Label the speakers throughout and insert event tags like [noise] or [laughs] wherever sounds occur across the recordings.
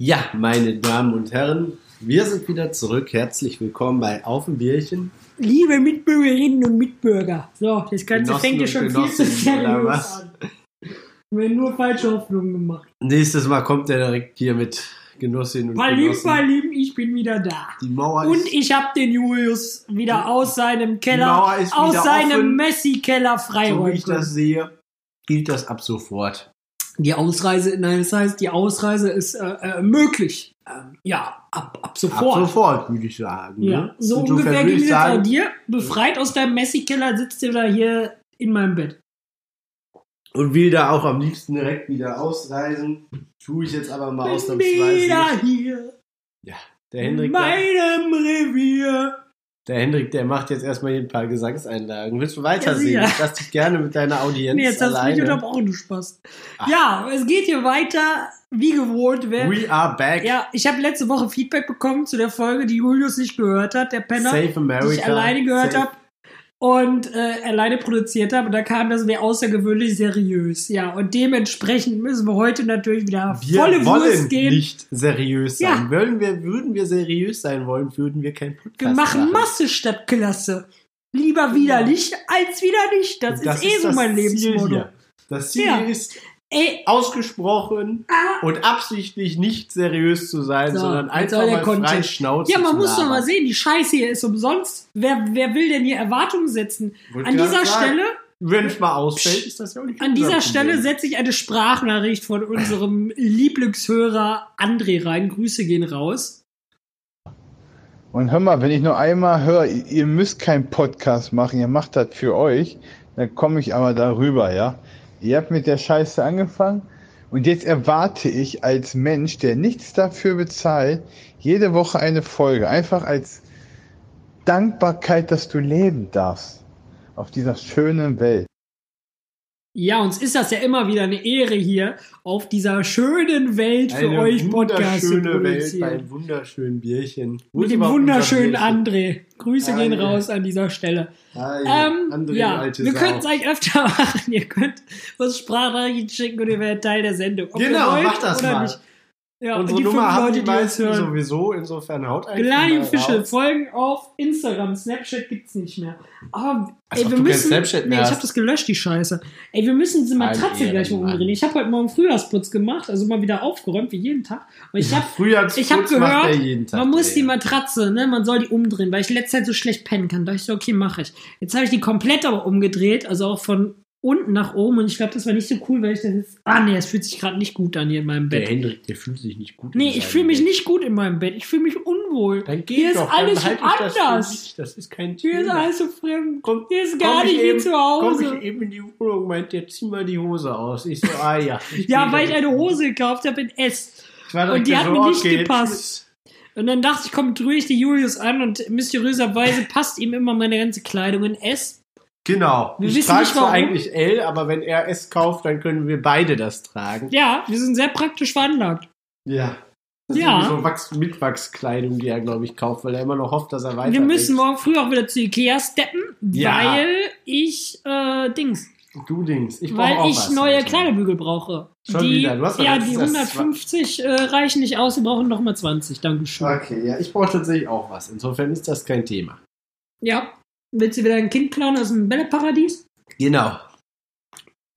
Speaker 1: Ja, meine Damen und Herren, wir sind wieder zurück. Herzlich willkommen bei Auf dem Bierchen.
Speaker 2: Liebe Mitbürgerinnen und Mitbürger. So, das Ganze
Speaker 1: Genossen
Speaker 2: fängt ja
Speaker 1: und
Speaker 2: schon viel zu
Speaker 1: Genossinnen, oder
Speaker 2: seriös
Speaker 1: was?
Speaker 2: an. Wir haben nur falsche Hoffnungen gemacht.
Speaker 1: Nächstes Mal kommt er direkt hier mit Genossinnen und
Speaker 2: Palim,
Speaker 1: Genossen.
Speaker 2: Palim, ich bin wieder da.
Speaker 1: Die Mauer
Speaker 2: Und
Speaker 1: ist...
Speaker 2: ich habe den Julius wieder aus seinem
Speaker 1: Mauer
Speaker 2: Keller,
Speaker 1: ist
Speaker 2: aus
Speaker 1: wieder offen.
Speaker 2: seinem Messi-Keller
Speaker 1: So wie ich
Speaker 2: freiräumen.
Speaker 1: das
Speaker 2: können.
Speaker 1: sehe, gilt das ab sofort.
Speaker 2: Die Ausreise, nein, das heißt, die Ausreise ist äh, äh, möglich. Ähm, ja, ab, ab
Speaker 1: Ab
Speaker 2: sofort.
Speaker 1: sofort, würde ich sagen.
Speaker 2: Ja,
Speaker 1: ne?
Speaker 2: so
Speaker 1: Insofern
Speaker 2: ungefähr
Speaker 1: würde
Speaker 2: ging
Speaker 1: ich
Speaker 2: es jetzt auch
Speaker 1: sagen,
Speaker 2: dir. Befreit aus deinem Messi-Keller sitzt du da hier in meinem Bett.
Speaker 1: Und will da auch am liebsten direkt wieder ausreisen. Tue ich jetzt aber mal
Speaker 2: Bin
Speaker 1: ausnahmsweise
Speaker 2: wieder
Speaker 1: nicht.
Speaker 2: hier.
Speaker 1: Der
Speaker 2: In
Speaker 1: Hendrik, der,
Speaker 2: meinem Revier.
Speaker 1: der Hendrik, der macht jetzt erstmal hier ein paar Gesangseinlagen. Willst du
Speaker 2: Ja,
Speaker 1: weitersehen?
Speaker 2: sicher.
Speaker 1: Ich lass dich gerne mit deiner Audienz
Speaker 2: Nee, jetzt hast du mich
Speaker 1: alleine. Ah.
Speaker 2: unterbrochen, du Spaß.
Speaker 1: Ach.
Speaker 2: Ja, es geht hier weiter, wie gewohnt. Wer,
Speaker 1: We are back.
Speaker 2: ne? ja, ich habe letzte Woche Feedback bekommen zu der Folge, die Julius nicht gehört hat, der Penner,
Speaker 1: Safe America.
Speaker 2: die ich alleine gehört
Speaker 1: Safe-
Speaker 2: habe und äh, alleine produziert habe. Und da kam das mir außergewöhnlich seriös. Ja, und dementsprechend müssen wir heute natürlich wieder
Speaker 1: Wir
Speaker 2: volle
Speaker 1: wollen
Speaker 2: Wurst geben.
Speaker 1: nicht seriös sein.
Speaker 2: Ja.
Speaker 1: Würden, wir, würden wir seriös sein wollen, würden wir keinen Podcast
Speaker 2: Wir machen
Speaker 1: machen.
Speaker 2: Masse statt Klasse. Lieber widerlich als widerlich. Das,
Speaker 1: Genau. Das
Speaker 2: ist eh so
Speaker 1: das
Speaker 2: mein
Speaker 1: Ziel
Speaker 2: Lebensmotto.
Speaker 1: hier. Das Ziel
Speaker 2: Ja.
Speaker 1: ist,
Speaker 2: Ey,
Speaker 1: ausgesprochen und absichtlich nicht seriös zu sein,
Speaker 2: So,
Speaker 1: sondern
Speaker 2: jetzt
Speaker 1: einfach
Speaker 2: soll der
Speaker 1: mal
Speaker 2: Content.
Speaker 1: frei Schnauze
Speaker 2: ja, man
Speaker 1: zu
Speaker 2: muss doch
Speaker 1: labern.
Speaker 2: mal sehen, die Scheiße hier ist umsonst. Wer, wer will denn hier Erwartungen setzen?
Speaker 1: Wollte
Speaker 2: An
Speaker 1: gerade
Speaker 2: dieser
Speaker 1: sagen,
Speaker 2: Stelle,
Speaker 1: Wenn es mal ausfällt, ist das ja auch nicht
Speaker 2: an
Speaker 1: unser
Speaker 2: dieser
Speaker 1: Problem.
Speaker 2: Stelle setze ich eine Sprachnachricht von unserem Lieblingshörer André rein. Grüße gehen raus.
Speaker 3: Und hör mal, wenn ich nur einmal höre, i- ihr müsst keinen Podcast machen, ihr macht das für euch, dann komme ich aber darüber, ja. Ihr habt mit der Scheiße angefangen und jetzt erwarte ich als Mensch, der nichts dafür bezahlt, jede Woche eine Folge. Einfach als Dankbarkeit, dass du leben darfst auf dieser schönen Welt.
Speaker 2: Ja, uns ist das ja immer wieder eine Ehre hier auf dieser schönen Welt für
Speaker 1: eine
Speaker 2: euch Podcast zu
Speaker 1: wunderschöne Welt
Speaker 2: produzieren.
Speaker 1: beim wunderschönen Bierchen. Wo
Speaker 2: Mit
Speaker 1: ist
Speaker 2: dem
Speaker 1: überhaupt unser
Speaker 2: wunderschönen
Speaker 1: Bierchen?
Speaker 2: André. Grüße gehen
Speaker 1: Hi.
Speaker 2: raus an dieser Stelle.
Speaker 1: Hi,
Speaker 2: Ähm,
Speaker 1: André,
Speaker 2: ja,
Speaker 1: Äh, alte
Speaker 2: wir
Speaker 1: Sau.
Speaker 2: könnten es eigentlich öfter [laughs] machen. Ihr könnt uns Sprachnachrichten schicken und ihr werdet Teil der Sendung. Ob ihr
Speaker 1: Genau,
Speaker 2: wollt
Speaker 1: macht das
Speaker 2: oder
Speaker 1: mal.
Speaker 2: Nicht. Ja, und
Speaker 1: Unsere
Speaker 2: die
Speaker 1: Nummer
Speaker 2: fünf
Speaker 1: haben
Speaker 2: Leute,
Speaker 1: die
Speaker 2: die uns
Speaker 1: meisten
Speaker 2: hören.
Speaker 1: sowieso, insofern haut einfach
Speaker 2: Gladium
Speaker 1: mal
Speaker 2: Fische
Speaker 1: raus.
Speaker 2: folgen auf Instagram, Snapchat gibt's nicht mehr. Aber
Speaker 1: Als ob
Speaker 2: ey, wir
Speaker 1: du kein
Speaker 2: müssen.
Speaker 1: Snapchat mehr
Speaker 2: nee, ich
Speaker 1: hast.
Speaker 2: habe das gelöscht, die Scheiße. Ey, wir müssen diese Matratze
Speaker 1: Ein
Speaker 2: gleich mal
Speaker 1: Ehrenmann.
Speaker 2: umdrehen. Ich habe heute Morgen Frühjahrsputz gemacht, also mal wieder aufgeräumt wie jeden Tag.
Speaker 1: [laughs]
Speaker 2: Und ich habe
Speaker 1: Frühjahrsputz
Speaker 2: ich habe
Speaker 1: macht er
Speaker 2: gehört,
Speaker 1: jeden Tag.
Speaker 2: man muss
Speaker 1: der.
Speaker 2: die Matratze, ne, man soll die umdrehen, weil ich letzte Zeit so schlecht pennen kann. Da dachte ich so, okay, mache ich. Jetzt habe ich die komplett aber umgedreht, also auch von unten nach oben. Und ich glaube, das war nicht so cool, weil ich das jetzt. Ah, nee, es fühlt sich gerade nicht gut an hier in meinem
Speaker 1: Der
Speaker 2: Bett.
Speaker 1: Hendrik, der fühlt sich nicht gut.
Speaker 2: Nee,
Speaker 1: in
Speaker 2: ich
Speaker 1: seinem
Speaker 2: fühle mich
Speaker 1: Bett.
Speaker 2: nicht gut in meinem Bett. Ich fühle mich unwohl.
Speaker 1: Dann geht
Speaker 2: Hier ist
Speaker 1: doch,
Speaker 2: alles
Speaker 1: dann halte
Speaker 2: schon
Speaker 1: ich das für
Speaker 2: anders.
Speaker 1: dich. Das ist kein
Speaker 2: Hier ist
Speaker 1: Thema.
Speaker 2: alles so fremd.
Speaker 1: Komm-
Speaker 2: Hier ist
Speaker 1: komm
Speaker 2: gar
Speaker 1: ich
Speaker 2: nicht wie
Speaker 1: eben-
Speaker 2: zu
Speaker 1: Komme
Speaker 2: Hause.
Speaker 1: ich eben in die Wohnung, meint der, zieh mal die Hose aus. Ich so, ah ja.
Speaker 2: Ja, weil ich eine Hose gekauft habe in S.
Speaker 1: Ich war direkt
Speaker 2: und die hat
Speaker 1: so,
Speaker 2: mir nicht
Speaker 1: okay,
Speaker 2: gepasst. Und dann dachte ich, komm, rühre ich die Julius an und mysteriöserweise passt ihm immer meine ganze Kleidung in S.
Speaker 1: Genau.
Speaker 2: Wir
Speaker 1: ich
Speaker 2: wissen
Speaker 1: trage
Speaker 2: nicht,
Speaker 1: zwar
Speaker 2: warum.
Speaker 1: eigentlich L, aber wenn er S kauft, dann können wir beide das tragen.
Speaker 2: Ja, wir sind sehr praktisch veranlagt.
Speaker 1: Ja. Das
Speaker 2: Ja.
Speaker 1: ist irgendwie so Wachs Mitwachskleidung, die er, glaube ich, kauft, weil er immer noch hofft, dass er weiter
Speaker 2: Wir müssen
Speaker 1: wächst.
Speaker 2: morgen früh auch wieder zu Ikea steppen,
Speaker 1: Ja.
Speaker 2: weil ich äh, Dings,
Speaker 1: Du Dings. Ich brauch auch
Speaker 2: weil ich
Speaker 1: was.
Speaker 2: neue Kleiderbügel brauche.
Speaker 1: Schon
Speaker 2: die,
Speaker 1: wieder, du hast doch
Speaker 2: ja,
Speaker 1: letztens
Speaker 2: die
Speaker 1: das-
Speaker 2: 150 äh, reichen nicht aus, wir brauchen nochmal 20. Dankeschön.
Speaker 1: Okay, ja, ich brauche tatsächlich auch was. Insofern ist das kein Thema.
Speaker 2: Ja. Willst du wieder ein Kind klauen aus dem Bälleparadies?
Speaker 1: Genau.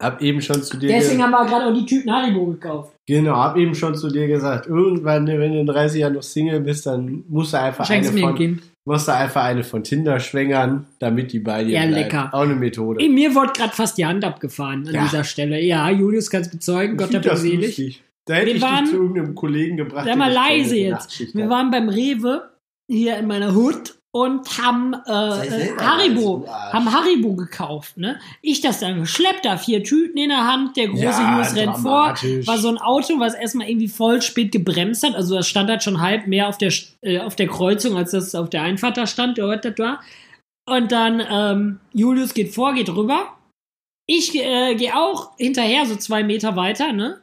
Speaker 1: Hab eben schon zu dir
Speaker 2: Deswegen haben wir gerade auch die Tüten Haribo gekauft.
Speaker 1: Genau, hab eben schon zu dir gesagt, irgendwann, ne, wenn du in 30 Jahren noch Single bist, dann musst du einfach, eine
Speaker 2: Schenk's mir ein
Speaker 1: von,
Speaker 2: Kind.
Speaker 1: musst du einfach eine von Tinder schwängern, damit die bei dir
Speaker 2: Ja,
Speaker 1: bleibt.
Speaker 2: lecker.
Speaker 1: Auch eine Methode.
Speaker 2: Ey, mir wurde gerade fast die Hand abgefahren an
Speaker 1: Ja.
Speaker 2: dieser Stelle. Ja, Julius kann es bezeugen, Gott hab ihn selig.
Speaker 1: lustig. Da hätte
Speaker 2: Wir
Speaker 1: ich
Speaker 2: waren-
Speaker 1: dich zu irgendeinem Kollegen gebracht.
Speaker 2: Sei
Speaker 1: der
Speaker 2: mal
Speaker 1: dich gerne
Speaker 2: leise
Speaker 1: in die
Speaker 2: jetzt.
Speaker 1: Nachtschicht
Speaker 2: Wir
Speaker 1: hat.
Speaker 2: waren beim Rewe hier in meiner Hut und haben
Speaker 1: Sei
Speaker 2: äh, äh,
Speaker 1: selber leise,
Speaker 2: Haribo,
Speaker 1: du Arsch.
Speaker 2: haben Haribo gekauft. Ne? Ich das dann geschleppt, da vier Tüten in der Hand, der große
Speaker 1: Ja,
Speaker 2: Jungs rennt vor.
Speaker 1: dramatisch.
Speaker 2: War so ein Auto, was erstmal irgendwie voll spät gebremst hat. Also das stand halt schon halb mehr auf der, Sch- äh, auf der Kreuzung, als das auf der Einfahrt da stand, der heute das war. Und dann ähm, Julius geht vor, geht rüber. Ich äh, gehe auch hinterher, so zwei Meter weiter, ne?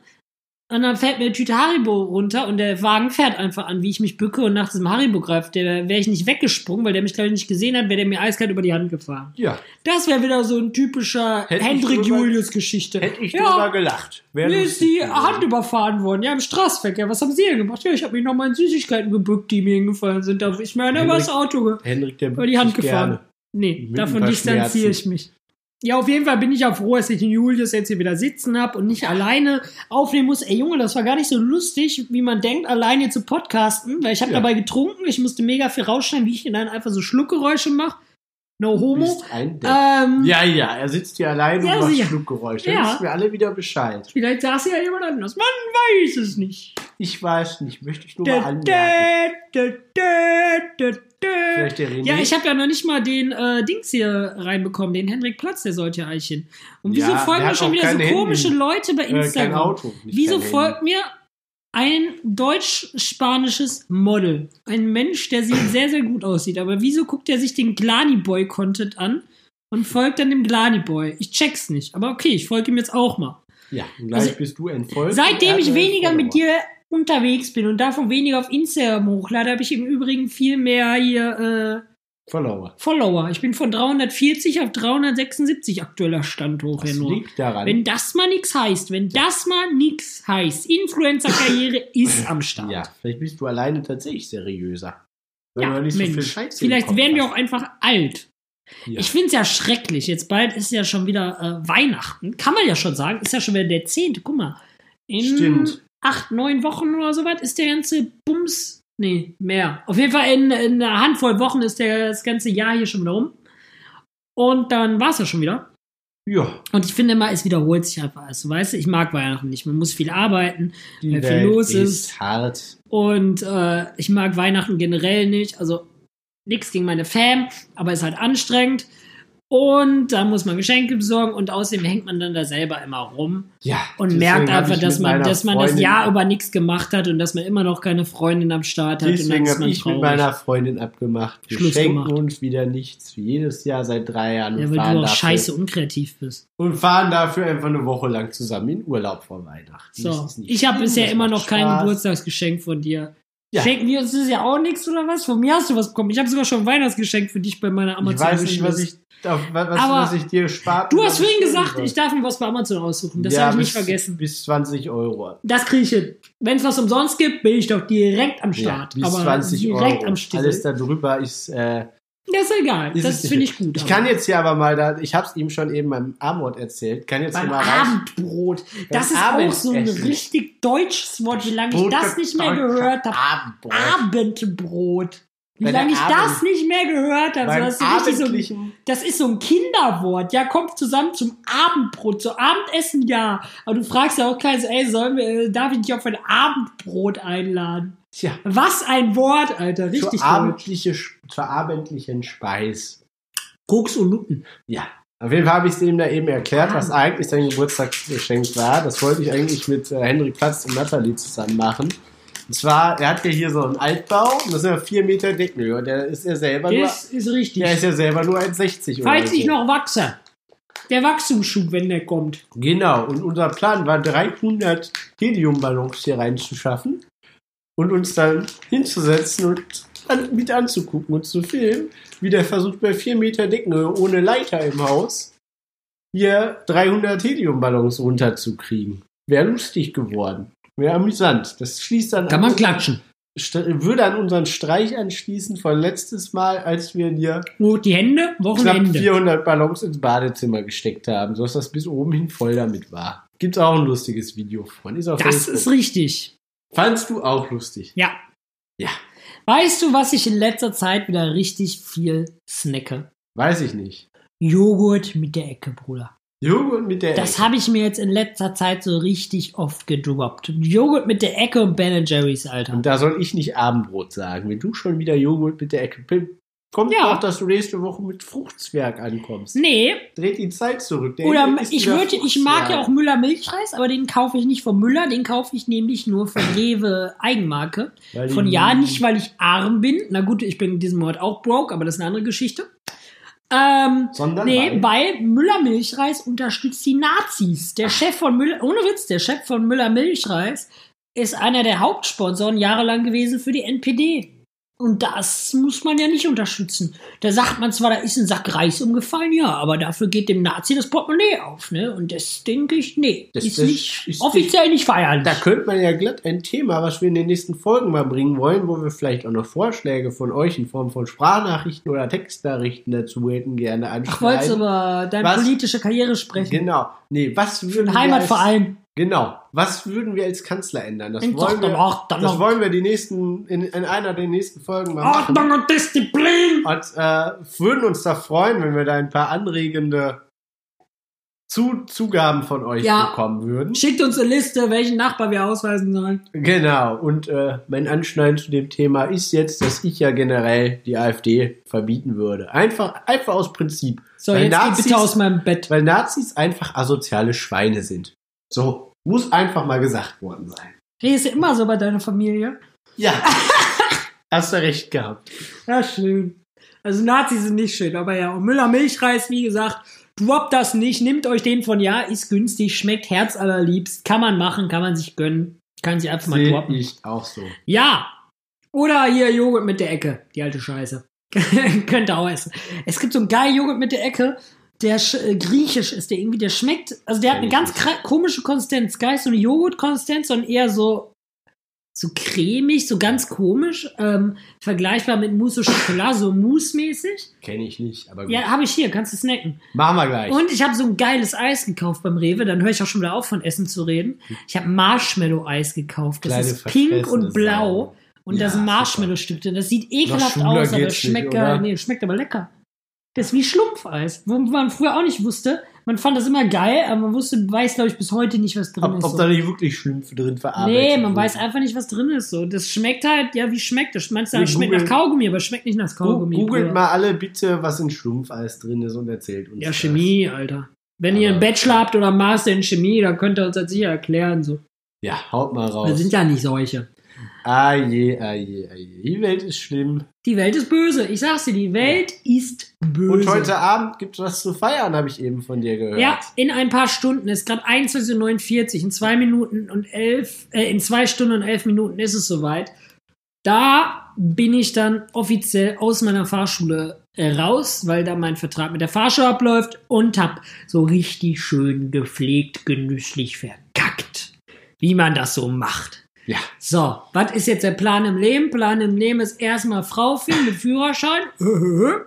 Speaker 2: Und dann fällt mir eine Tüte Haribo runter und der Wagen fährt einfach an, wie ich mich bücke und nach diesem Haribo greift. Der wäre ich nicht weggesprungen, weil der mich, glaube ich, nicht gesehen hat, wäre der mir eiskalt über die Hand gefahren.
Speaker 1: Ja,
Speaker 2: Das wäre wieder so ein typischer
Speaker 1: Hätte ich drüber-
Speaker 2: Hendrik-Julius-Geschichte.
Speaker 1: hätte ich
Speaker 2: ja,
Speaker 1: drüber gelacht. Wäre
Speaker 2: Mir ist
Speaker 1: lustig
Speaker 2: die
Speaker 1: gewesen.
Speaker 2: Hand überfahren worden, ja, im Straßenverkehr. Was haben Sie denn gemacht? Ja, ich habe mich noch mal in Süßigkeiten gebückt, die mir hingefallen sind. Da ich meine, über
Speaker 1: Hendrik-
Speaker 2: das Auto ge
Speaker 1: Henrik, der
Speaker 2: über die Hand
Speaker 1: sich
Speaker 2: gefahren.
Speaker 1: gerne.
Speaker 2: Nee,
Speaker 1: Mit ein
Speaker 2: davon
Speaker 1: paar
Speaker 2: distanziere ich
Speaker 1: Schmerzen.
Speaker 2: mich. Ja, auf jeden Fall bin ich ja froh, dass ich den Julius jetzt hier wieder sitzen habe und nicht alleine aufnehmen muss. Ey Junge, das war gar nicht so lustig, wie man denkt, alleine zu podcasten, weil ich habe
Speaker 1: Ja.
Speaker 2: dabei getrunken, ich musste mega viel rausschneiden, wie ich dann einfach so Schluckgeräusche mache. No
Speaker 1: Du
Speaker 2: homo.
Speaker 1: bist ein Depp.
Speaker 2: Ähm,
Speaker 1: Ja, ja, er sitzt hier allein
Speaker 2: Ja,
Speaker 1: und macht
Speaker 2: sicher.
Speaker 1: Fluggeräusche.
Speaker 2: Ja.
Speaker 1: Dann wissen wir alle wieder Bescheid.
Speaker 2: Vielleicht saß ja jemand anders. Man weiß es nicht.
Speaker 1: Ich weiß nicht, möchte ich nur mal
Speaker 2: Da,
Speaker 1: anmerken.
Speaker 2: da, da, da, da, da.
Speaker 1: Vielleicht der René.
Speaker 2: Ja, ich habe ja noch nicht mal den äh, Dings hier reinbekommen, den Henrik Platz, der sollte ja eigentlich hin. Und wieso
Speaker 1: Ja,
Speaker 2: folgen
Speaker 1: der
Speaker 2: mir
Speaker 1: hat
Speaker 2: schon
Speaker 1: auch
Speaker 2: wieder so
Speaker 1: kein Handy.
Speaker 2: komische Leute bei
Speaker 1: äh, kein
Speaker 2: Instagram?
Speaker 1: Auto. nicht
Speaker 2: wieso
Speaker 1: kein Handy.
Speaker 2: folgt mir ein deutsch-spanisches Model? Ein Mensch,
Speaker 1: [clears throat]
Speaker 2: der sieht sehr, sehr gut aussieht. Aber wieso guckt er sich den Glani-Boy-Content an und folgt dann dem Glani-Boy? Ich check's nicht. Aber okay, ich folge ihm jetzt auch mal.
Speaker 1: Ja, und gleich
Speaker 2: Also,
Speaker 1: bist du entfolgt. und
Speaker 2: Seitdem
Speaker 1: er hat
Speaker 2: ich
Speaker 1: eine
Speaker 2: weniger mit
Speaker 1: Follower.
Speaker 2: dir unterwegs bin und davon weniger auf Instagram hochlade, habe ich im Übrigen viel mehr hier äh,
Speaker 1: Follower.
Speaker 2: Follower. Ich bin von 340 auf 376 aktueller Stand hoch ja
Speaker 1: Das
Speaker 2: nur.
Speaker 1: liegt daran.
Speaker 2: Wenn das mal nix heißt, wenn das mal nix heißt, Influencer-Karriere ist am Start.
Speaker 1: ja, vielleicht bist du alleine tatsächlich seriöser. Weil
Speaker 2: Ja,
Speaker 1: du nicht so viel
Speaker 2: Mensch,
Speaker 1: Scheiße im
Speaker 2: vielleicht
Speaker 1: Kopf
Speaker 2: werden wir
Speaker 1: hast.
Speaker 2: auch einfach alt.
Speaker 1: Ja.
Speaker 2: Ich find's ja schrecklich. Jetzt bald ist ja schon wieder äh, Weihnachten. Kann man ja schon sagen. Ist ja schon wieder der 10. Guck mal. In
Speaker 1: Stimmt.
Speaker 2: acht, neun Wochen oder so was ist der ganze Bums. Nee, mehr. Auf jeden Fall in, in einer Handvoll Wochen ist der, das ganze Jahr hier schon wieder um. Und dann war's ja schon wieder.
Speaker 1: Ja,
Speaker 2: Und ich finde immer, es wiederholt sich einfach alles. Du weißt, ich mag Weihnachten nicht. Man muss viel arbeiten.
Speaker 1: die
Speaker 2: Weil viel
Speaker 1: Welt
Speaker 2: los ist.
Speaker 1: ist hart.
Speaker 2: Und äh, ich mag Weihnachten generell nicht. Also nichts gegen meine Fam, aber ist halt anstrengend. Und dann muss man Geschenke besorgen und außerdem hängt man dann da selber immer rum
Speaker 1: Ja,
Speaker 2: und
Speaker 1: deswegen
Speaker 2: merkt
Speaker 1: hab
Speaker 2: einfach,
Speaker 1: ich
Speaker 2: dass
Speaker 1: mit
Speaker 2: man,
Speaker 1: meiner
Speaker 2: dass man das
Speaker 1: Freundin-
Speaker 2: Jahr über nichts gemacht hat und dass man immer noch keine Freundin am Start hat und dann
Speaker 1: Deswegen
Speaker 2: ist
Speaker 1: habe
Speaker 2: man
Speaker 1: ich mit meiner Freundin abgemacht. Wir
Speaker 2: Schluss
Speaker 1: schenken
Speaker 2: gemacht.
Speaker 1: uns wieder nichts wie jedes Jahr seit drei Jahren
Speaker 2: ja,
Speaker 1: und,
Speaker 2: weil
Speaker 1: fahren
Speaker 2: du auch
Speaker 1: dafür,
Speaker 2: scheiße unkreativ bist.
Speaker 1: und fahren dafür einfach eine Woche lang zusammen in Urlaub vor Weihnachten. Das
Speaker 2: So,
Speaker 1: ist nicht
Speaker 2: ich habe
Speaker 1: schlimm,
Speaker 2: bisher
Speaker 1: das
Speaker 2: immer
Speaker 1: macht
Speaker 2: noch kein
Speaker 1: Spaß.
Speaker 2: Geburtstagsgeschenk von dir.
Speaker 1: Ja.
Speaker 2: Schenken wir uns das ja auch nichts oder was? Von mir hast du was bekommen. Ich habe sogar schon ein Weihnachtsgeschenk für dich bei meiner Amazon.
Speaker 1: Ich weiß nicht, was
Speaker 2: Wishlist.
Speaker 1: ich, auf, was, was-
Speaker 2: Aber
Speaker 1: was ich dir spart.
Speaker 2: Du hast vorhin gesagt, ich darf mir was bei Amazon aussuchen. Das habe ich nicht vergessen.
Speaker 1: Bis 20 Euro.
Speaker 2: Das kriege ich hin. Wenn es was umsonst gibt, bin ich doch direkt am Start.
Speaker 1: bis
Speaker 2: Aber
Speaker 1: 20
Speaker 2: direkt
Speaker 1: Euro.
Speaker 2: am Start.
Speaker 1: Alles
Speaker 2: Das
Speaker 1: darüber ist. Äh,
Speaker 2: ist egal.
Speaker 1: ist
Speaker 2: das
Speaker 1: es
Speaker 2: finde
Speaker 1: nicht.
Speaker 2: ich gut.
Speaker 1: Ich
Speaker 2: aber-
Speaker 1: kann jetzt hier aber mal da. Ich habe es ihm schon eben beim Armut erzählt. Kann jetzt hier
Speaker 2: beim
Speaker 1: mal rein.
Speaker 2: Abendbrot. Das
Speaker 1: Beim
Speaker 2: ist auch so ein
Speaker 1: Abendessen.
Speaker 2: richtig deutsches Wort, wie lange ich das nicht mehr gehört habe.
Speaker 1: Abendbrot.
Speaker 2: Abendbrot. Wie
Speaker 1: Bei der
Speaker 2: lange ich
Speaker 1: Abend-
Speaker 2: das nicht mehr gehört habe. So,
Speaker 1: Beim
Speaker 2: das, ist so Also richtig so ein,
Speaker 1: abendlichen
Speaker 2: das ist so ein Kinderwort. Ja, kommt zusammen zum Abendbrot, zu Abendessen, ja. Aber du fragst ja auch keinen, so, ey, sollen wir, äh, darf ich dich auf ein Abendbrot einladen?
Speaker 1: Tja,
Speaker 2: Was ein Wort, Alter. Richtig
Speaker 1: zur, abendliche, zur abendlichen Speis.
Speaker 2: Koks und Nutten.
Speaker 1: Ja. Auf jeden Fall habe ich es ihm da eben
Speaker 2: Ah.
Speaker 1: erklärt, was eigentlich sein Geburtstagsgeschenk war. Das wollte ich eigentlich mit äh, Henrik Platz und Nathalie zusammen machen. Und zwar, er hat ja hier so einen Altbau, und das sind ja 4 Meter Deckenhöhe. Und der ist ja selber nur,
Speaker 2: Das ist richtig.
Speaker 1: der ist ja selber nur 1,60 oder
Speaker 2: Falls
Speaker 1: so.
Speaker 2: ich noch wachse. Der Wachstumsschub, wenn der kommt.
Speaker 1: Genau, und unser Plan war 300 Heliumballons hier reinzuschaffen und uns dann hinzusetzen und an, mit anzugucken und zu filmen, wie der versucht bei 4 Meter Deckenhöhe ohne Leiter im Haus hier 300 Heliumballons runterzukriegen. Wäre lustig geworden. Wäre amüsant. Das schließt dann
Speaker 2: Kann man klatschen.
Speaker 1: st- würde an unseren Streich anschließen von letztes Mal, als wir hier
Speaker 2: Nur die Hände,
Speaker 1: knapp
Speaker 2: Wochenende.
Speaker 1: 400 Ballons ins Badezimmer gesteckt haben, sodass das bis oben hin voll damit war. Gibt's auch ein lustiges Video von. Ist auf
Speaker 2: Das
Speaker 1: Facebook.
Speaker 2: ist richtig.
Speaker 1: Fandst du auch lustig?
Speaker 2: Ja.
Speaker 1: Ja.
Speaker 2: Weißt du, was ich in letzter Zeit wieder richtig viel snacke?
Speaker 1: Weiß ich nicht.
Speaker 2: Joghurt mit der Ecke, Bruder.
Speaker 1: Joghurt mit der
Speaker 2: Das
Speaker 1: Ecke.
Speaker 2: habe ich mir jetzt in letzter Zeit so richtig oft gedroppt. Joghurt mit der Ecke und Ben Jerry's, Alter.
Speaker 1: Und da soll ich nicht Abendbrot sagen. Wenn du schon wieder Joghurt mit der Ecke bist, kommt
Speaker 2: Ja.
Speaker 1: doch, dass du nächste Woche mit Fruchtzwerg ankommst.
Speaker 2: Nee,
Speaker 1: Dreht die Zeit zurück. Der
Speaker 2: oder
Speaker 1: ist
Speaker 2: ich
Speaker 1: wieder
Speaker 2: würde, ich mag ja auch
Speaker 1: Fruchtzwerg.
Speaker 2: Müller Milchreis, aber den kaufe ich nicht von Müller, den kaufe ich nämlich nur von Rewe Eigenmarke.
Speaker 1: Weil die-
Speaker 2: Von ja, nicht weil ich arm bin. Na gut, ich bin in diesem Monat auch broke, aber das ist eine andere Geschichte. Ähm,
Speaker 4: Sondern
Speaker 2: nee,
Speaker 4: weil-
Speaker 2: weil Müller Milchreis unterstützt die Nazis. Der Chef von Müller, ohne Witz, der Chef von Müller Milchreis ist einer der Hauptsponsoren jahrelang gewesen für die NPD. Und das muss man ja nicht unterstützen. Da sagt man zwar, da ist ein Sack Reis umgefallen, ja, aber dafür geht dem Nazi das Portemonnaie auf, ne? Und das denke ich, nee,
Speaker 1: Das-
Speaker 2: ist,
Speaker 1: das
Speaker 2: nicht,
Speaker 1: ist
Speaker 2: offiziell nicht feierlich.
Speaker 1: Da könnte man ja glatt ein Thema, was wir in den nächsten Folgen mal bringen wollen, wo wir vielleicht auch noch Vorschläge von euch in Form von Sprachnachrichten oder Textnachrichten dazu hätten, gerne
Speaker 2: ich wollte
Speaker 1: anschreiben.
Speaker 2: über deine
Speaker 1: Was?
Speaker 2: politische Karriere sprechen.
Speaker 1: Genau. Nee, was würden wir
Speaker 2: Heimat
Speaker 1: als,
Speaker 2: vor allem.
Speaker 1: Genau. Was würden wir als Kanzler ändern? Das
Speaker 2: Denk doch
Speaker 1: wollen
Speaker 2: dann
Speaker 1: wir,
Speaker 2: auch, dann
Speaker 1: das
Speaker 2: noch-
Speaker 1: wollen wir die nächsten, in, in einer der nächsten Folgen mal machen.
Speaker 2: Ordnung und Disziplin!
Speaker 1: Und äh, würden uns da freuen, wenn wir da ein paar anregende Zu Zugaben von euch
Speaker 2: Ja.
Speaker 1: bekommen würden.
Speaker 2: Schickt uns eine Liste, welchen Nachbar wir ausweisen sollen.
Speaker 1: Genau, und äh, mein Anschneiden zu dem Thema ist jetzt, dass ich ja generell die AfD verbieten würde. Einfach, einfach aus Prinzip.
Speaker 2: So,
Speaker 1: Weil
Speaker 2: jetzt geh
Speaker 1: Nazis-
Speaker 2: bitte aus meinem Bett.
Speaker 1: Weil Nazis einfach asoziale Schweine sind. So, muss einfach mal gesagt worden sein.
Speaker 2: Redest du immer so bei deiner Familie? [laughs]
Speaker 1: Ja. Hast du recht gehabt.
Speaker 2: Ja, schön. Also Nazis sind nicht schön, aber ja. Und Müller Milchreis, wie gesagt, droppt das nicht, nehmt euch den von ja, ist günstig, schmeckt herzallerliebst, kann man machen, kann man sich gönnen, kann sich einfach mal
Speaker 1: Sehe
Speaker 2: droppen.
Speaker 1: ich auch so.
Speaker 2: Ja! Oder hier Joghurt mit der Ecke, die alte Scheiße. [laughs] Könnt ihr auch essen. Es gibt so einen geilen Joghurt mit der Ecke, der sch äh, griechisch ist, der irgendwie, der schmeckt, also der hat eine ganz kra- komische Konsistenz, gar nicht so eine Joghurtkonsistenz, sondern eher so so cremig, so ganz komisch, ähm, vergleichbar mit Mousse au Chocolat, so mousse-mäßig.
Speaker 1: Kenne ich nicht, aber gut.
Speaker 2: Ja, habe ich hier, kannst du snacken.
Speaker 1: Machen wir gleich.
Speaker 2: Und ich habe so ein geiles Eis gekauft beim Rewe. Dann höre ich auch schon wieder auf, von Essen zu reden. Ich habe Marshmallow-Eis gekauft. Das
Speaker 1: Kleine
Speaker 2: ist pink
Speaker 1: verfressene
Speaker 2: und blau.
Speaker 1: Sau.
Speaker 2: Und
Speaker 1: Ja,
Speaker 2: da sind
Speaker 1: super.
Speaker 2: Marshmallow-Stück drin. Das sieht ekelhaft
Speaker 1: schwuler
Speaker 2: aus, aber
Speaker 1: geht's
Speaker 2: es schmeckt,
Speaker 1: nicht,
Speaker 2: gar-
Speaker 1: oder?
Speaker 2: nee, schmeckt aber lecker. Das ist wie Schlumpfeis, wo man früher auch nicht wusste. Man fand das immer geil, aber man wusste, weiß, glaube ich, bis heute nicht, was drin
Speaker 1: Ob,
Speaker 2: ist.
Speaker 1: ob
Speaker 2: So.
Speaker 1: da nicht wirklich Schlümpfe drin verarbeitet
Speaker 2: Nee, man
Speaker 1: wurden.
Speaker 2: weiß einfach nicht, was drin ist. So. Das schmeckt halt, ja, wie schmeckt das? Meinst du,
Speaker 1: Wir
Speaker 2: das schmeckt nach
Speaker 1: googeln-
Speaker 2: Kaugummi, aber es schmeckt nicht nach
Speaker 1: Gu-
Speaker 2: Kaugummi.
Speaker 1: Googelt
Speaker 2: Bruder.
Speaker 1: mal alle bitte, was in Schlumpfeis drin ist und erzählt uns
Speaker 2: Ja,
Speaker 1: das.
Speaker 2: Chemie, Alter. Wenn ihr einen
Speaker 1: Aber-
Speaker 2: Bachelor habt oder einen Master in Chemie, dann könnt ihr uns das sicher erklären. So.
Speaker 1: Ja, haut mal raus.
Speaker 2: Wir sind ja nicht solche.
Speaker 1: Ah je, ah je, ah je. Die Welt ist schlimm.
Speaker 2: Die Welt ist böse. Ich sag's dir, die Welt ist böse.
Speaker 1: Und heute Abend gibt es was zu feiern, habe ich eben von dir gehört.
Speaker 2: ja, in ein paar Stunden ist gerade 21.49 Uhr, in zwei Minuten und elf, äh, in zwei Stunden und elf Minuten ist es soweit. Da bin ich dann offiziell aus meiner Fahrschule äh, raus, weil da mein Vertrag mit der Fahrschule abläuft und hab so richtig schön gepflegt, genüsslich verkackt. Wie man das so macht.
Speaker 1: Ja.
Speaker 2: So, was ist jetzt der Plan im Leben? Plan im Leben ist erstmal Frau finden mit Führerschein. [laughs]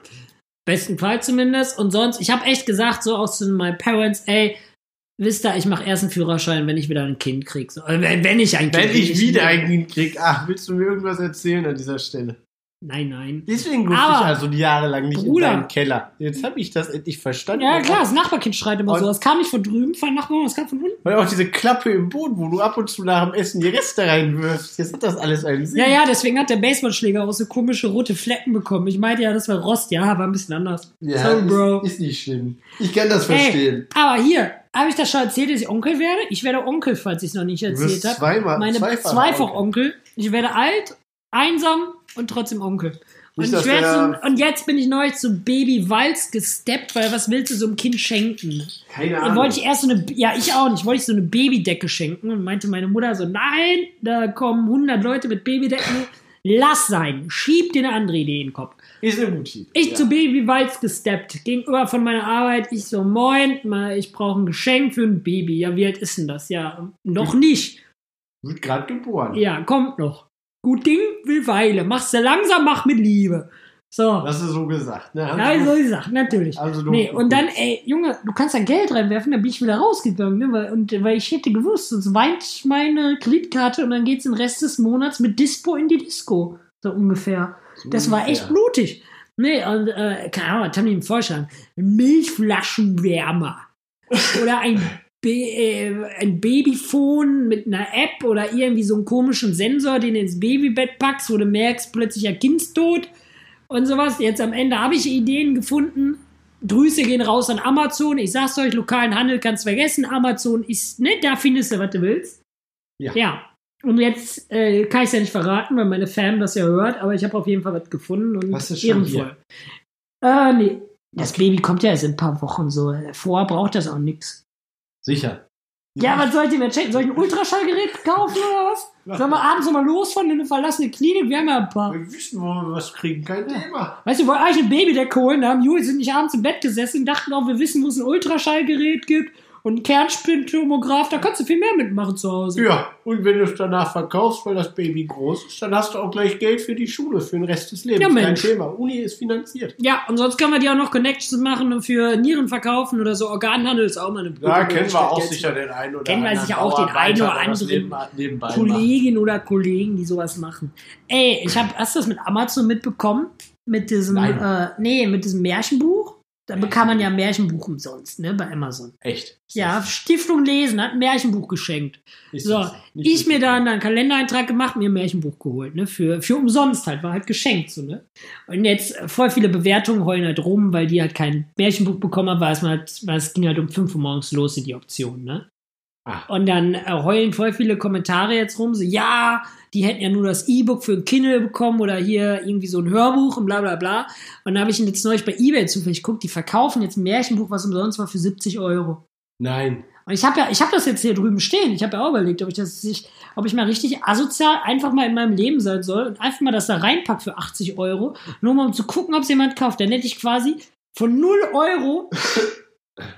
Speaker 2: Besten Fall zumindest. Und sonst, ich habe echt gesagt, so auch zu meinen Parents, ey, wisst ihr, ich mache erst einen Führerschein, wenn ich wieder ein Kind krieg. So, äh, wenn, wenn ich ein Kind
Speaker 1: Wenn ich wieder
Speaker 2: ein
Speaker 1: einen Kind krieg, ach, willst du mir irgendwas erzählen an dieser Stelle?
Speaker 2: Nein, nein.
Speaker 1: Deswegen durfte
Speaker 2: Aber-
Speaker 1: ich also die Jahre lang nicht
Speaker 2: Bruder.
Speaker 1: in deinen Keller. Jetzt habe ich das endlich verstanden.
Speaker 2: Ja, klar, das Nachbarkind schreit immer
Speaker 1: Und-
Speaker 2: so. Das kam nicht von drüben, von Nachbarn, das kam von unten.
Speaker 1: Weil auch diese Klappe im Boden, wo du ab und zu nach dem Essen die Reste reinwirfst. Jetzt hat das alles einen Sinn.
Speaker 2: Ja, ja, deswegen hat der Baseballschläger auch so komische rote Flecken bekommen. Ich meinte ja, das war Rost, ja, war ein bisschen anders.
Speaker 1: Ja,
Speaker 2: Sorry, Bro.
Speaker 1: Ist, ist nicht schlimm. Ich kann das verstehen.
Speaker 2: Ey, aber hier, habe ich das schon erzählt, dass ich Onkel werde? Ich werde Onkel, falls ich es noch nicht
Speaker 1: du wirst
Speaker 2: erzählt habe.
Speaker 1: zweimal,
Speaker 2: Meine
Speaker 1: zweifacher
Speaker 2: zweifach
Speaker 1: Onkel.
Speaker 2: Onkel. Ich werde alt, einsam und trotzdem Onkel. Und,
Speaker 1: Nicht,
Speaker 2: ich
Speaker 1: dass
Speaker 2: werde
Speaker 1: der-
Speaker 2: so, und jetzt bin ich neulich zum Baby Walz gesteppt, weil was willst du so einem Kind schenken?
Speaker 1: Keine
Speaker 2: Dann
Speaker 1: Ahnung.
Speaker 2: Äh, wollte ich erst so eine, ja, ich auch nicht, wollte ich so eine Babydecke schenken und meinte meine Mutter so, nein, da kommen 100 Leute mit Babydecken, lass sein, schieb dir eine andere Idee in den Kopf.
Speaker 1: Ist eine gute Idee.
Speaker 2: Ich
Speaker 1: ja.
Speaker 2: zu Baby Walz gesteppt, gegenüber von meiner Arbeit, ich so, moin, mal, ich brauche ein Geschenk für ein Baby. Ja, wie alt ist denn das? Ja, noch nicht.
Speaker 1: Wird gerade geboren.
Speaker 2: Ja, kommt noch. Gut Ding will Weile. Mach's dir langsam, mach mit Liebe. So.
Speaker 1: Das ist so gesagt. Ne?
Speaker 2: Ja, so gesagt, natürlich.
Speaker 1: Also du-
Speaker 2: nee, und dann, ey, Junge, du kannst da Geld reinwerfen, dann bin ich wieder rausgegangen, ne? weil, und, weil ich hätte gewusst, sonst weint meine Kreditkarte und dann geht's den Rest des Monats mit Dispo in die Disco. So ungefähr. Das war echt
Speaker 1: blut.
Speaker 2: blutig. Nee, und, äh, keine Ahnung, was haben die ihm vorgeschlagen? Ein Milchflaschenwärmer. oder ein, Ba- äh, ein Babyphone mit einer App oder irgendwie so einen komischen Sensor, den du ins Babybett packst, wo du merkst, plötzlich ja Kindstod und sowas. Jetzt am Ende habe ich Ideen gefunden. Grüße gehen raus an Amazon. Ich sag's euch, lokalen Handel kannst vergessen. Amazon ist, ne, da findest du, was du willst.
Speaker 1: Ja.
Speaker 2: ja. Und jetzt äh, kann ich ja nicht verraten, weil meine Fam das ja hört, aber ich habe auf jeden Fall was gefunden und
Speaker 1: Hast du schon
Speaker 2: ehrenvoll. Äh, nee. Das Baby kommt ja erst in ein paar Wochen so. Vorher braucht das auch nichts.
Speaker 4: Sicher.
Speaker 2: Ja, was sollt ihr mir checken? Soll ich ein Ultraschallgerät kaufen oder was? Sollen wir abends nochmal los von in eine verlassene Klinik? Wir haben ja ein paar.
Speaker 1: Wir wissen, wo wir was kriegen. Kein Thema.
Speaker 2: Weißt du, wir wollten eigentlich eine Babydecke holen. Da haben Jules und ich abends im Bett gesessen und dachten auch, wir wissen, wo es ein Ultraschallgerät gibt und einen Kernspintomograph. Da kannst du viel mehr mitmachen zu Hause.
Speaker 1: Ja, und wenn du es danach verkaufst, weil das Baby groß ist, dann hast du auch gleich Geld für die Schule, für den Rest des Lebens.
Speaker 2: Ja,
Speaker 1: Kein
Speaker 2: Mensch.
Speaker 1: Thema. Uni ist finanziert.
Speaker 2: Ja, und sonst können wir dir auch noch Connections machen und für Nieren verkaufen oder so. Organhandel ist auch mal eine
Speaker 1: Da
Speaker 2: gute
Speaker 1: kennen wir auch
Speaker 2: Möglichkeit,
Speaker 1: sicher den einen oder
Speaker 2: Kennen wir
Speaker 1: anderen.
Speaker 2: sicher auch den einen oder
Speaker 1: Bauarbeiter, der das
Speaker 2: anderen
Speaker 1: neben- nebenbei macht.
Speaker 2: Kolleginnen oder Kollegen, die sowas machen. Ey, ich habe erst das mit Amazon mitbekommen, mit diesem,
Speaker 1: Nein.
Speaker 2: äh, nee, mit diesem Märchenbuch. Da bekam man ja ein Märchenbuch umsonst, ne, bei Amazon.
Speaker 1: Echt.
Speaker 2: Ja, Stiftung Lesen hat ein Märchenbuch geschenkt.
Speaker 1: Ist
Speaker 2: So,
Speaker 1: das nicht
Speaker 2: ich mir
Speaker 1: so.
Speaker 2: da einen Kalendereintrag gemacht, mir ein Märchenbuch geholt, ne, für, für umsonst halt, war halt geschenkt, so, ne. Und jetzt äh, voll viele Bewertungen heulen halt rum, weil die halt kein Märchenbuch bekommen haben, weil es, mal, weil es ging halt um 5 Uhr morgens los in die Option, ne.
Speaker 1: Ah.
Speaker 2: Und dann äh, heulen voll viele Kommentare jetzt rum, so, ja, die hätten ja nur das E-Book für ein Kindle bekommen oder hier irgendwie so ein Hörbuch und bla bla bla. Und da habe ich jetzt neulich bei Ebay zufällig geguckt, die verkaufen jetzt ein Märchenbuch, was umsonst war, für 70 Euro.
Speaker 1: Nein.
Speaker 2: Und ich habe ja, ich habe das jetzt hier drüben stehen. Ich habe ja auch überlegt, ob ich das nicht, ob ich mal richtig asozial einfach mal in meinem Leben sein soll und einfach mal das da reinpack für 80 Euro, nur mal um zu gucken, ob es jemand kauft. Dann hätte ich quasi von 0 Euro,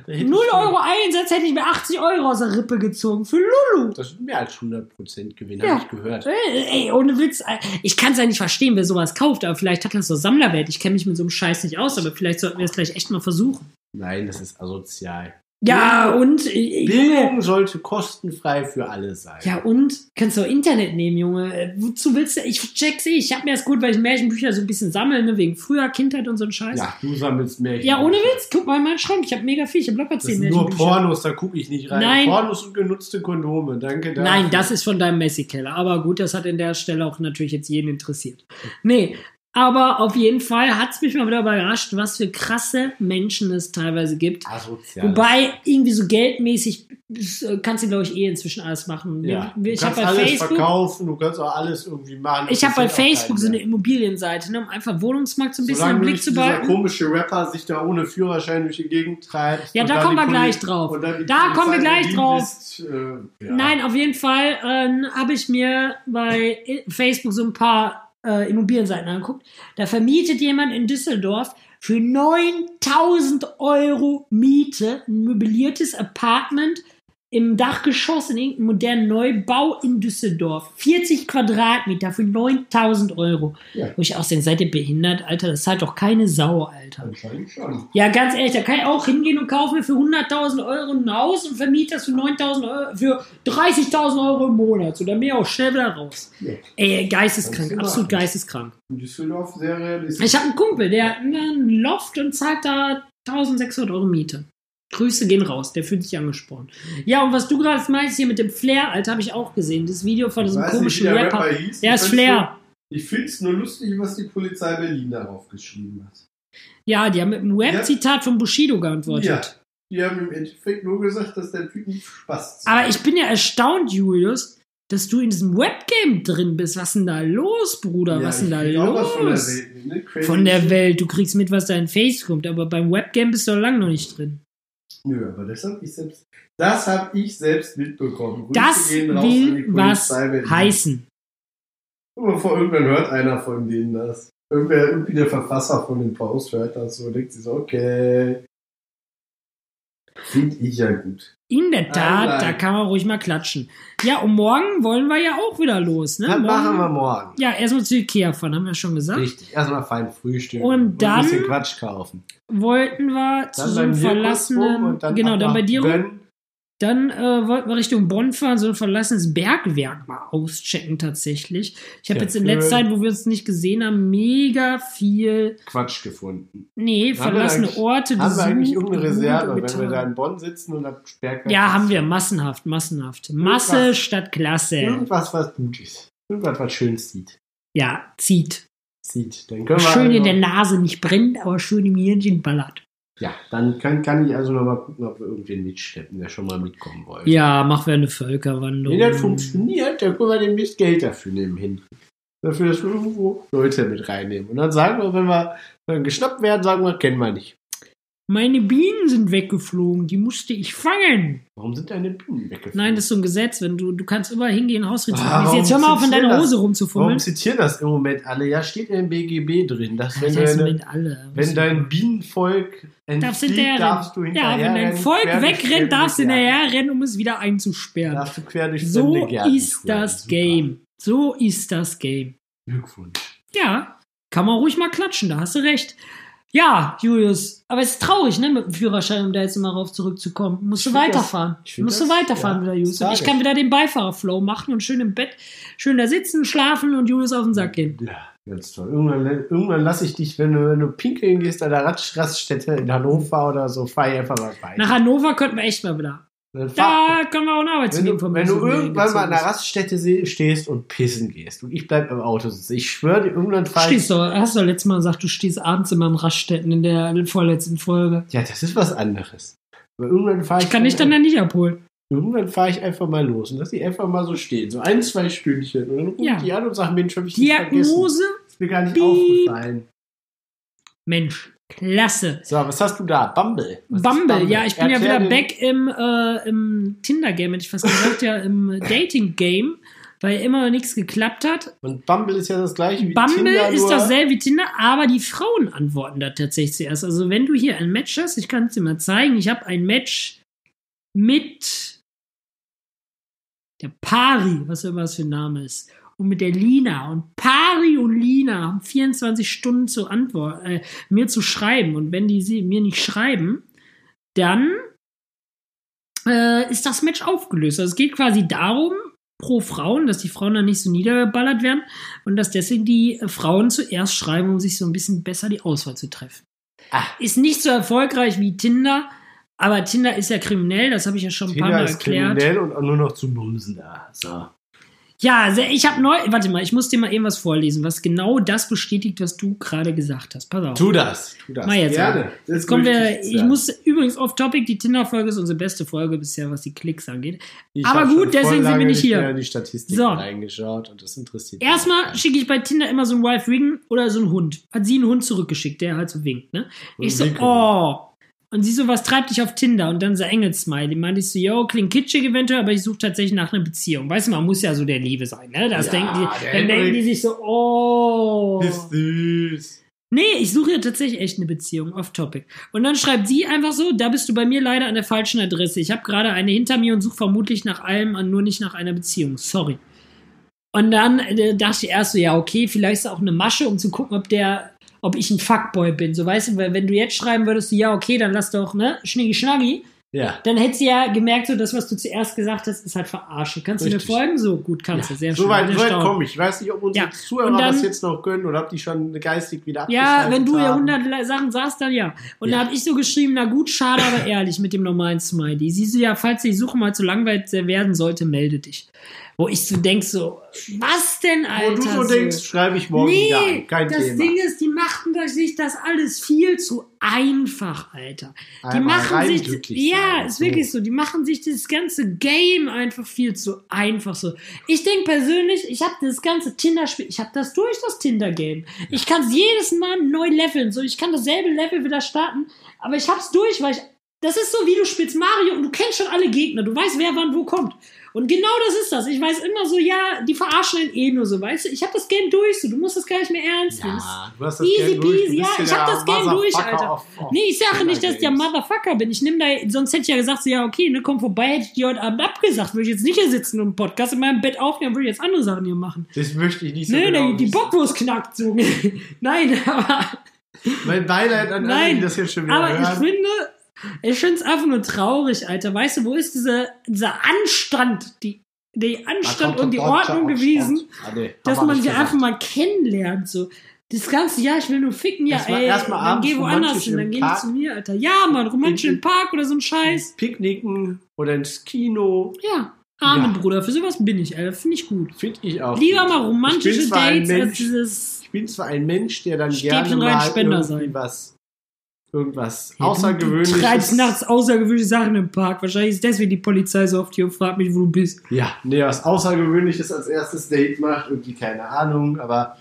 Speaker 2: 0 Euro Einsatz hätte ich mir 80 Euro aus der Rippe gezogen. Für Lulu.
Speaker 1: Das sind mehr als 100% Gewinn,
Speaker 2: Ja.
Speaker 1: habe ich gehört.
Speaker 2: Äh, Ey, ey, ohne Witz. ey. Ich kann es ja nicht verstehen, wer sowas kauft, aber vielleicht hat das so Sammlerwert. Ich kenne mich mit so einem Scheiß nicht aus, aber vielleicht sollten wir es gleich echt mal versuchen.
Speaker 1: Nein, das ist asozial.
Speaker 2: Ja, und. äh, Junge.
Speaker 1: Bildung sollte kostenfrei für alle sein.
Speaker 2: Ja, und? Kannst du auch Internet nehmen, Junge. Äh, Wozu willst du? Ich check's eh. Ich hab mir das gut, weil ich Märchenbücher so ein bisschen sammle, ne, wegen früher Kindheit und so ein Scheiß. Ja,
Speaker 1: Ja, du sammelst Märchen.
Speaker 2: ohne Witz. Guck mal in meinen Schrank. Ich hab mega viel. Ich hab locker
Speaker 1: Das sind
Speaker 2: zehn
Speaker 1: nur
Speaker 2: Märchenbücher.
Speaker 1: Pornos, da gucke ich nicht rein.
Speaker 2: Nein.
Speaker 1: Pornos und genutzte Kondome, danke. dafür.
Speaker 2: Nein, das ist von deinem Messi-Keller. Aber gut, das hat in der Stelle auch natürlich jetzt jeden interessiert. Nee, aber auf jeden Fall hat's mich mal wieder überrascht, was für krasse Menschen es teilweise gibt.
Speaker 1: asozial.
Speaker 2: Wobei, irgendwie so geldmäßig äh, kannst du, glaube ich, eh inzwischen alles machen.
Speaker 1: ja.
Speaker 2: Ich
Speaker 1: du
Speaker 2: habe
Speaker 1: kannst
Speaker 2: bei
Speaker 1: alles
Speaker 2: Facebook.
Speaker 1: verkaufen, du kannst auch alles irgendwie machen.
Speaker 2: Ich habe bei
Speaker 1: Das interessiert auch
Speaker 2: Facebook so eine
Speaker 1: keinen
Speaker 2: Immobilienseite, ne, um einfach Wohnungsmarkt so ein
Speaker 1: mehr.
Speaker 2: bisschen
Speaker 1: Solange
Speaker 2: im Blick
Speaker 1: nicht
Speaker 2: zu
Speaker 1: dieser
Speaker 2: behalten.
Speaker 1: komische Rapper sich da ohne Führerschein durch die Gegend treibt.
Speaker 2: Ja,
Speaker 1: und
Speaker 2: da
Speaker 1: dann
Speaker 2: kommen
Speaker 1: die
Speaker 2: wir
Speaker 1: Poli-
Speaker 2: gleich drauf.
Speaker 1: und dann die
Speaker 2: Da kommen wir
Speaker 1: Polizei
Speaker 2: gleich
Speaker 1: bedienen
Speaker 2: drauf.
Speaker 1: lässt, äh, ja.
Speaker 2: Nein, auf jeden Fall ähm, habe ich mir bei I- Facebook so ein paar äh, Immobilienseiten angeguckt. Da vermietet jemand in Düsseldorf für 9000 Euro Miete ein möbliertes Apartment im Dachgeschoss in irgendeinem modernen Neubau in Düsseldorf. 40 Quadratmeter für 9000 Euro.
Speaker 1: Ja.
Speaker 2: Wo ich auch sehe, seid ihr behindert, Alter? Das zahlt doch keine Sau, Alter.
Speaker 1: Anscheinend schon.
Speaker 2: Ja, ganz ehrlich, da kann ich auch hingehen und kaufe mir für 100.000 Euro ein Haus und vermiete das für 9.000 Euro, für 30.000 Euro im Monat. So, dann bin ich auch schnell wieder raus.
Speaker 1: Ja.
Speaker 2: Ey, geisteskrank,
Speaker 1: Kannst du
Speaker 2: absolut
Speaker 1: machen.
Speaker 2: geisteskrank.
Speaker 1: In Düsseldorf sehr realistisch.
Speaker 2: Ich habe einen Kumpel, der hat einen Loft und zahlt da 1.600 Euro Miete. Grüße gehen raus, der fühlt sich angesprochen. Ja, und was du gerade meinst hier mit dem Flair, Alter, habe ich auch gesehen. Das Video von diesem
Speaker 1: Weiß
Speaker 2: komischen
Speaker 1: nicht, wie der
Speaker 2: Rapper.
Speaker 1: Rapper hieß.
Speaker 2: Der
Speaker 1: Ich
Speaker 2: ist
Speaker 1: find's
Speaker 2: Flair.
Speaker 1: nur- Ich finde es nur lustig, was die Polizei Berlin darauf geschrieben hat.
Speaker 2: Ja, die haben mit einem Rap-Zitat von Bushido geantwortet.
Speaker 1: Ja, die haben im Endeffekt nur gesagt, dass der Typ einen Spaß
Speaker 2: Aber ich bin ja erstaunt, Julius, dass du in diesem Webgame drin bist. Was ist denn da los, Bruder? was ist denn da los?
Speaker 1: Von der, Welt, ne? Crazy
Speaker 2: Von der
Speaker 1: shit.
Speaker 2: Welt. Du kriegst mit, was da in Face kommt, aber beim Webgame bist du doch lange noch nicht drin.
Speaker 1: Nö, aber das habe ich selbst, das hab ich selbst mitbekommen. Grüße
Speaker 2: Das
Speaker 1: gehen raus an die
Speaker 2: will was
Speaker 1: Polizei Berlin.
Speaker 2: heißen.
Speaker 1: Guck mal vor, irgendwann hört einer von denen das. Irgendwer, irgendwie der Verfasser von dem Post hört das so und denkt sich so, okay. Finde ich ja gut.
Speaker 2: In der Tat,
Speaker 1: Allein.
Speaker 2: da kann man ruhig mal klatschen. Ja, und morgen wollen wir ja auch wieder los, ne?
Speaker 1: Dann machen wir
Speaker 2: morgen,
Speaker 1: morgen.
Speaker 2: ja, erstmal zu Ikea fahren, haben wir schon gesagt.
Speaker 1: Richtig, erstmal fein frühstücken
Speaker 2: Und dann-
Speaker 1: ein bisschen Quatsch kaufen.
Speaker 2: Wollten wir zu so einem
Speaker 1: beim Dirk kurz rum
Speaker 2: verlassenen,
Speaker 1: und dann
Speaker 2: genau,
Speaker 1: ab
Speaker 2: dann bei
Speaker 1: nach
Speaker 2: dir rum.
Speaker 1: Bonn.
Speaker 2: Dann äh, wollten wir Richtung Bonn fahren, so ein verlassenes Bergwerk mal auschecken tatsächlich. Ich habe
Speaker 1: Ja,
Speaker 2: jetzt in
Speaker 1: cool.
Speaker 2: letzter Zeit, wo wir uns nicht gesehen haben, mega viel,
Speaker 1: Quatsch gefunden.
Speaker 2: nee,
Speaker 1: wir
Speaker 2: verlassene
Speaker 1: eigentlich-
Speaker 2: Orte
Speaker 1: Haben wir eigentlich
Speaker 2: gesucht,
Speaker 1: irgendeine Reserve,
Speaker 2: getan.
Speaker 1: wenn wir da in Bonn sitzen und am Bergwerk
Speaker 2: Ja, haben wir,
Speaker 1: sitzen?
Speaker 2: massenhaft, massenhaft. Masse
Speaker 1: Irgendwas.
Speaker 2: statt Klasse.
Speaker 1: Irgendwas, was gut ist. Irgendwas, was schön sieht.
Speaker 2: Ja, zieht.
Speaker 1: sieht. Dann können wir
Speaker 2: schön
Speaker 1: also,
Speaker 2: in der Nase nicht brennt, aber schön im Hirnchen ballert.
Speaker 1: Ja, dann kann, kann ich also nochmal gucken, ob wir irgendwen mitschleppen, der schon mal mitkommen wollte.
Speaker 2: Ja, machen wir eine Völkerwanderung.
Speaker 1: Wenn das funktioniert, dann können wir demnächst Geld dafür nehmen hin. Dafür, dass wir irgendwo Leute mit reinnehmen. Und dann sagen wir, wenn wir dann geschnappt werden, sagen wir, kennen wir nicht.
Speaker 2: Meine Bienen sind weggeflogen, die musste ich fangen.
Speaker 1: Warum sind deine Bienen weggeflogen?
Speaker 2: Nein, das ist so ein Gesetz, wenn du, du kannst überall hingehen, Hausrecht
Speaker 1: Ah,
Speaker 2: ah,
Speaker 1: warum
Speaker 2: Jetzt hör mal auf, an
Speaker 1: zitieren
Speaker 2: deiner
Speaker 1: das?
Speaker 2: Hose
Speaker 1: Warum
Speaker 2: rumzufummeln.
Speaker 1: zitieren das im Moment alle? Ja, steht im BGB drin, dass wenn,
Speaker 2: Das
Speaker 1: deine,
Speaker 2: sind alle.
Speaker 1: wenn dein Bienenvolk
Speaker 2: darfst du
Speaker 1: entflieht,
Speaker 2: hinterher
Speaker 1: darfst du
Speaker 2: rennen.
Speaker 1: hinterher
Speaker 2: Ja, wenn dein
Speaker 1: rennen,
Speaker 2: Volk
Speaker 1: quer durch
Speaker 2: wegrennt, darfst du
Speaker 1: fremde Gärten.
Speaker 2: hinterher rennen, um es wieder einzusperren.
Speaker 1: Darfst du quer durch
Speaker 2: So
Speaker 1: fremde Gärten
Speaker 2: ist
Speaker 1: touren.
Speaker 2: das
Speaker 1: Super.
Speaker 2: Game. So ist das Game.
Speaker 1: Glückwunsch.
Speaker 2: Ja, kann man ruhig mal klatschen, da hast du recht. Ja, Julius, aber es ist traurig, ne, mit dem Führerschein, um da jetzt immer rauf zurückzukommen. Musst du
Speaker 1: Ich find
Speaker 2: weiterfahren.
Speaker 1: das- ich find
Speaker 2: Musst du
Speaker 1: das-
Speaker 2: weiterfahren
Speaker 1: ja,
Speaker 2: wieder, Julius. Und ich
Speaker 1: tragisch.
Speaker 2: kann wieder den Beifahrerflow machen und schön im Bett, schön da sitzen, schlafen und Julius auf den Sack gehen.
Speaker 1: Ja, ganz toll. Irgendwann, irgendwann lasse ich dich, wenn du, wenn du pinkeln gehst an der Ratsch- Raststätte in Hannover oder so, fahr ich einfach mal rein.
Speaker 2: Nach Hannover könnten wir echt mal wieder.
Speaker 1: Dann fahr-
Speaker 2: Da können wir auch einen
Speaker 1: wenn
Speaker 2: Arbeitskollegen
Speaker 1: du,
Speaker 2: von
Speaker 1: wenn du irgendwann mal an der
Speaker 2: der
Speaker 1: Raststätte se- stehst und pissen gehst und ich bleib im Auto sitzen, ich schwöre dir, irgendwann fahr ich.
Speaker 2: Stehst du, hast du doch letztes Mal gesagt, du stehst abends immer in Raststätten in der vorletzten Folge.
Speaker 1: Ja, das ist was anderes. Aber irgendwann fahre ich.
Speaker 2: Ich kann dich dann
Speaker 1: einfach-
Speaker 2: ja nicht abholen.
Speaker 1: Irgendwann fahre ich einfach mal los und lass die einfach mal so stehen. So ein, zwei Stündchen. Und dann rufe
Speaker 2: Ja.
Speaker 1: ich die an und sage, Mensch, hab ich nicht vergessen.
Speaker 2: Diagnose?
Speaker 1: Ist mir gar nicht
Speaker 2: Piep.
Speaker 1: aufgefallen.
Speaker 2: Mensch, klasse.
Speaker 1: So, was hast du da? Bumble. Was ist
Speaker 2: Bumble, ja, ich bin
Speaker 1: Erklär
Speaker 2: ja wieder
Speaker 1: den-
Speaker 2: back im, äh, im Tinder-Game, hätte ich fast gesagt, ja, im äh, Dating-Game, weil immer nichts geklappt hat.
Speaker 1: Und Bumble ist ja das gleiche wie
Speaker 2: Bumble
Speaker 1: Tinder.
Speaker 2: ist
Speaker 1: nur-
Speaker 2: dasselbe wie Tinder, aber die Frauen antworten da tatsächlich zuerst. Also wenn du hier ein Match hast, ich kann es dir mal zeigen, ich habe ein Match mit der Pari, was auch immer das für ein Name ist, und mit der Lina. Und Pari und Lina haben 24 Stunden zu antworten, äh, mir zu schreiben. Und wenn die sie mir nicht schreiben, dann äh, ist das Match aufgelöst. Also es geht quasi darum, pro Frauen, dass die Frauen dann nicht so niedergeballert werden und dass deswegen die äh, Frauen zuerst schreiben, um sich so ein bisschen besser die Auswahl zu treffen.
Speaker 1: Ah.
Speaker 2: Ist nicht so erfolgreich wie Tinder, aber Tinder ist ja kriminell, das habe ich ja schon ein paar
Speaker 1: Tinder
Speaker 2: Mal
Speaker 1: ist
Speaker 2: erklärt.
Speaker 1: kriminell und auch nur noch zu bumsen da. So.
Speaker 2: Ja, se- ich habe neu. Warte mal, ich muss dir mal eben was vorlesen, was genau das bestätigt, was du gerade gesagt hast. Pass auf.
Speaker 1: Tu das. Tu das.
Speaker 2: Mach jetzt
Speaker 1: Gerne.
Speaker 2: Jetzt kommen wir.
Speaker 1: möchte
Speaker 2: Ich
Speaker 1: sagen.
Speaker 2: muss übrigens off Topic. Die Tinder-Folge ist unsere beste Folge bisher, was die Klicks angeht.
Speaker 1: Ich
Speaker 2: aber
Speaker 1: hab
Speaker 2: gut,
Speaker 1: schon
Speaker 2: deswegen
Speaker 1: voll
Speaker 2: sind wir
Speaker 1: lange
Speaker 2: nicht hier.
Speaker 1: mehr in die Statistiken
Speaker 2: So.
Speaker 1: reingeschaut und das interessiert mich
Speaker 2: Erstmal
Speaker 1: nicht.
Speaker 2: schicke ich bei Tinder immer so einen Wife Wing oder so einen Hund. Hat sie einen Hund zurückgeschickt, der halt so winkt, ne?
Speaker 1: Und
Speaker 2: ich so,
Speaker 1: winken.
Speaker 2: oh. Und sie so, was treibt dich auf Tinder? Und dann so Engelsmiley. Meinte ich so, yo, klingt kitschig eventuell, aber ich suche tatsächlich nach einer Beziehung. Weißt du, man muss ja so der Liebe sein, ne? Das
Speaker 1: Ja,
Speaker 2: denken die,
Speaker 1: der
Speaker 2: dann denken die
Speaker 1: Henrik.
Speaker 2: sich so, oh.
Speaker 1: Ist süß.
Speaker 2: Nee, ich suche ja tatsächlich echt eine Beziehung, off-topic. Und dann schreibt sie einfach so, da bist du bei mir leider an der falschen Adresse. Ich habe gerade eine hinter mir und suche vermutlich nach allem und nur nicht nach einer Beziehung. Sorry. Und dann äh, dachte ich erst so, ja, okay, vielleicht ist auch eine Masche, um zu gucken, ob der, ob ich ein Fuckboy bin. So, weißt du, weil wenn du jetzt schreiben würdest, so, ja, okay, dann lass doch, ne, schniggi schnaggi,
Speaker 1: Ja.
Speaker 2: dann hätte sie ja gemerkt, so, das, was du zuerst gesagt hast, ist halt verarsche. Kannst
Speaker 1: Richtig.
Speaker 2: du mir folgen? So, gut, kannst du, sehr
Speaker 1: so
Speaker 2: schön.
Speaker 1: weit,
Speaker 2: Bin
Speaker 1: so weit
Speaker 2: erstaunt.
Speaker 1: komme ich. Ich weiß nicht, ob unsere
Speaker 2: Ja.
Speaker 1: Zuhörer
Speaker 2: Und dann-
Speaker 1: das jetzt noch können oder ob die schon geistig wieder
Speaker 2: Ja, wenn du ja
Speaker 1: haben.
Speaker 2: 100 Le- Sachen sagst, dann ja. Und
Speaker 1: Ja.
Speaker 2: da habe ich so geschrieben, na gut, schade,
Speaker 1: [laughs]
Speaker 2: aber ehrlich, mit dem normalen Smiley. Sie so, ja, falls die Suche mal zu langweilig werden sollte, melde dich. Wo ich so denk so, was denn, Alter?
Speaker 1: Wo du so denkst, schreibe ich morgen wieder
Speaker 2: nee,
Speaker 1: ein. Kein
Speaker 2: das
Speaker 1: Thema.
Speaker 2: Ding ist, die machten das- sich das alles viel zu einfach, Alter. Die
Speaker 1: Einmal
Speaker 2: machen
Speaker 1: rein
Speaker 2: sich,
Speaker 1: glücklich
Speaker 2: ja,
Speaker 1: sein.
Speaker 2: ist
Speaker 1: So.
Speaker 2: wirklich so, die machen sich das ganze Game einfach viel zu einfach so. Ich denke persönlich, ich habe das ganze Tinder-Spiel, ich habe das durch, das Tinder-Game. Ich kann es jedes Mal neu leveln, so ich kann dasselbe Level wieder starten, aber ich hab's durch, weil ich, das ist so wie du spielst Mario und du kennst schon alle Gegner, du weißt, wer wann wo kommt. Und genau das ist das. Ich weiß immer so, ja, die verarschen einen eh nur so, weißt du? Ich habe das Game durch, so, du musst das gar nicht mehr ernst nehmen. Das-
Speaker 1: Ja, du hast das
Speaker 2: Easy
Speaker 1: Game durch. Du
Speaker 2: peasy,
Speaker 1: bist
Speaker 2: ja,
Speaker 1: hier
Speaker 2: ich hab
Speaker 1: der
Speaker 2: das Game durch,
Speaker 1: Motherfucker
Speaker 2: Alter.
Speaker 1: auf- auf
Speaker 2: Nee, ich sage
Speaker 1: Tinder
Speaker 2: nicht, dass ich der
Speaker 1: Games.
Speaker 2: Motherfucker bin. Ich nehme da, sonst hätte ich ja gesagt, so, ja, okay, ne, komm vorbei, hätte ich dir heute Abend abgesagt. Würde ich jetzt nicht hier sitzen und einen Podcast in meinem Bett aufnehmen, würde ich jetzt andere Sachen hier machen.
Speaker 1: Das möchte ich nicht so
Speaker 2: ne,
Speaker 1: genau
Speaker 2: die, die
Speaker 1: wissen.
Speaker 2: Bockwurst knackt so. [laughs] Nein, [laughs] aber,
Speaker 1: Mein Beileid an alle,
Speaker 2: Nein,
Speaker 1: die das jetzt schon wieder
Speaker 2: aber ich
Speaker 1: hören.
Speaker 2: finde, ich finde es einfach nur traurig, Alter. Weißt du, wo ist diese, dieser Anstand, die, der
Speaker 1: Da
Speaker 2: Anstand
Speaker 1: kommt
Speaker 2: und die
Speaker 1: der Deutsche
Speaker 2: Ordnung
Speaker 1: Anstand.
Speaker 2: gewesen,
Speaker 1: Ah, nee,
Speaker 2: dass
Speaker 1: hab
Speaker 2: man
Speaker 1: ich
Speaker 2: sich
Speaker 1: gesagt.
Speaker 2: einfach mal kennenlernt, so. Das ganze Jahr, ich will nur ficken, ja,
Speaker 1: Erstmal-
Speaker 2: ey,
Speaker 1: erstmal
Speaker 2: dann
Speaker 1: abends
Speaker 2: geh woanders
Speaker 1: romantisch
Speaker 2: hin,
Speaker 1: im
Speaker 2: dann geh
Speaker 1: Park.
Speaker 2: nicht zu mir, Alter. Ja, Mann, romantisch
Speaker 1: In-
Speaker 2: im Park oder so ein Scheiß.
Speaker 1: Picknicken oder ins Kino.
Speaker 2: Ja, Amen,
Speaker 1: Ja.
Speaker 2: Bruder. Für sowas bin ich, Alter. Finde ich gut.
Speaker 1: Finde ich auch.
Speaker 2: Lieber
Speaker 1: gut.
Speaker 2: mal
Speaker 1: Ich
Speaker 2: romantische
Speaker 1: bin zwar ein
Speaker 2: Dates als
Speaker 1: Mensch.
Speaker 2: dieses.
Speaker 1: Ich bin zwar ein Mensch, der dann
Speaker 2: Stäbchen
Speaker 1: gerne
Speaker 2: rein,
Speaker 1: mal
Speaker 2: Spender
Speaker 1: irgendwie
Speaker 2: sein.
Speaker 1: was, irgendwas
Speaker 2: Ja, du-
Speaker 1: Außergewöhnliches.
Speaker 2: Du treibst nachts außergewöhnliche Sachen im Park. Wahrscheinlich ist deswegen die Polizei so oft hier und fragt mich, wo du bist.
Speaker 1: Ja, nee, was Außergewöhnliches als erstes Date macht, irgendwie keine Ahnung, aber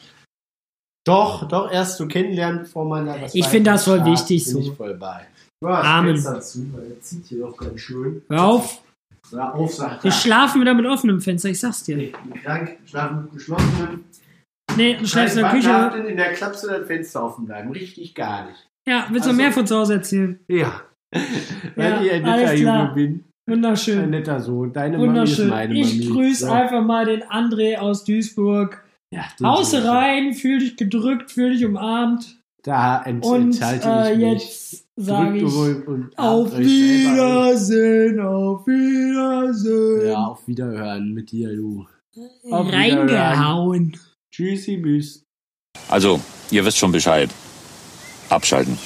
Speaker 1: doch, doch erst so kennenlernen, bevor man da was
Speaker 2: Ich
Speaker 1: weiter
Speaker 2: finde das voll
Speaker 1: startet,
Speaker 2: wichtig
Speaker 1: Bin
Speaker 2: so.
Speaker 1: ich voll bei.
Speaker 4: Was
Speaker 2: Amen.
Speaker 4: geht's dazu? Weil Er zieht hier doch ganz schön.
Speaker 2: Hör auf,
Speaker 4: Sag auf, sagt
Speaker 2: wir
Speaker 4: er.
Speaker 2: schlafen wieder mit offenem Fenster, ich sag's dir.
Speaker 4: Ich bin krank, schlafen mit geschlossenen.
Speaker 2: Nee, du schläfst in der
Speaker 4: Wann darf
Speaker 2: Küche.
Speaker 4: denn in der Klapse das Fenster offen bleiben? Richtig gar nicht.
Speaker 2: Ja, willst du
Speaker 4: Also-
Speaker 2: mehr von zu Hause erzählen?
Speaker 1: Ja. [laughs] Weil
Speaker 2: Ja,
Speaker 1: ich ein netter
Speaker 2: alles klar.
Speaker 1: Junge bin. Ein
Speaker 2: Wunderschön.
Speaker 1: netter Sohn. Deine Mami ist
Speaker 2: Wunderschön.
Speaker 1: meine Mami.
Speaker 2: Ich grüße
Speaker 1: So.
Speaker 2: einfach mal den André aus Duisburg.
Speaker 1: Ja, den
Speaker 2: Haus
Speaker 1: grüße ich.
Speaker 2: rein, fühl dich gedrückt, fühl dich umarmt.
Speaker 1: Da ent
Speaker 2: Und
Speaker 1: enthalte
Speaker 2: äh,
Speaker 1: ich mich.
Speaker 2: jetzt sage
Speaker 1: Drückt
Speaker 2: ich
Speaker 1: wohl und
Speaker 2: auf
Speaker 1: habt euch selber
Speaker 2: Wiedersehen, auf Wiedersehen.
Speaker 1: alle. Ja, auf Wiederhören mit dir, du. auf Wiederhören.
Speaker 2: Reingehauen.
Speaker 1: Tschüssi, Büß.
Speaker 5: Also, ihr wisst schon Bescheid. Abschalten.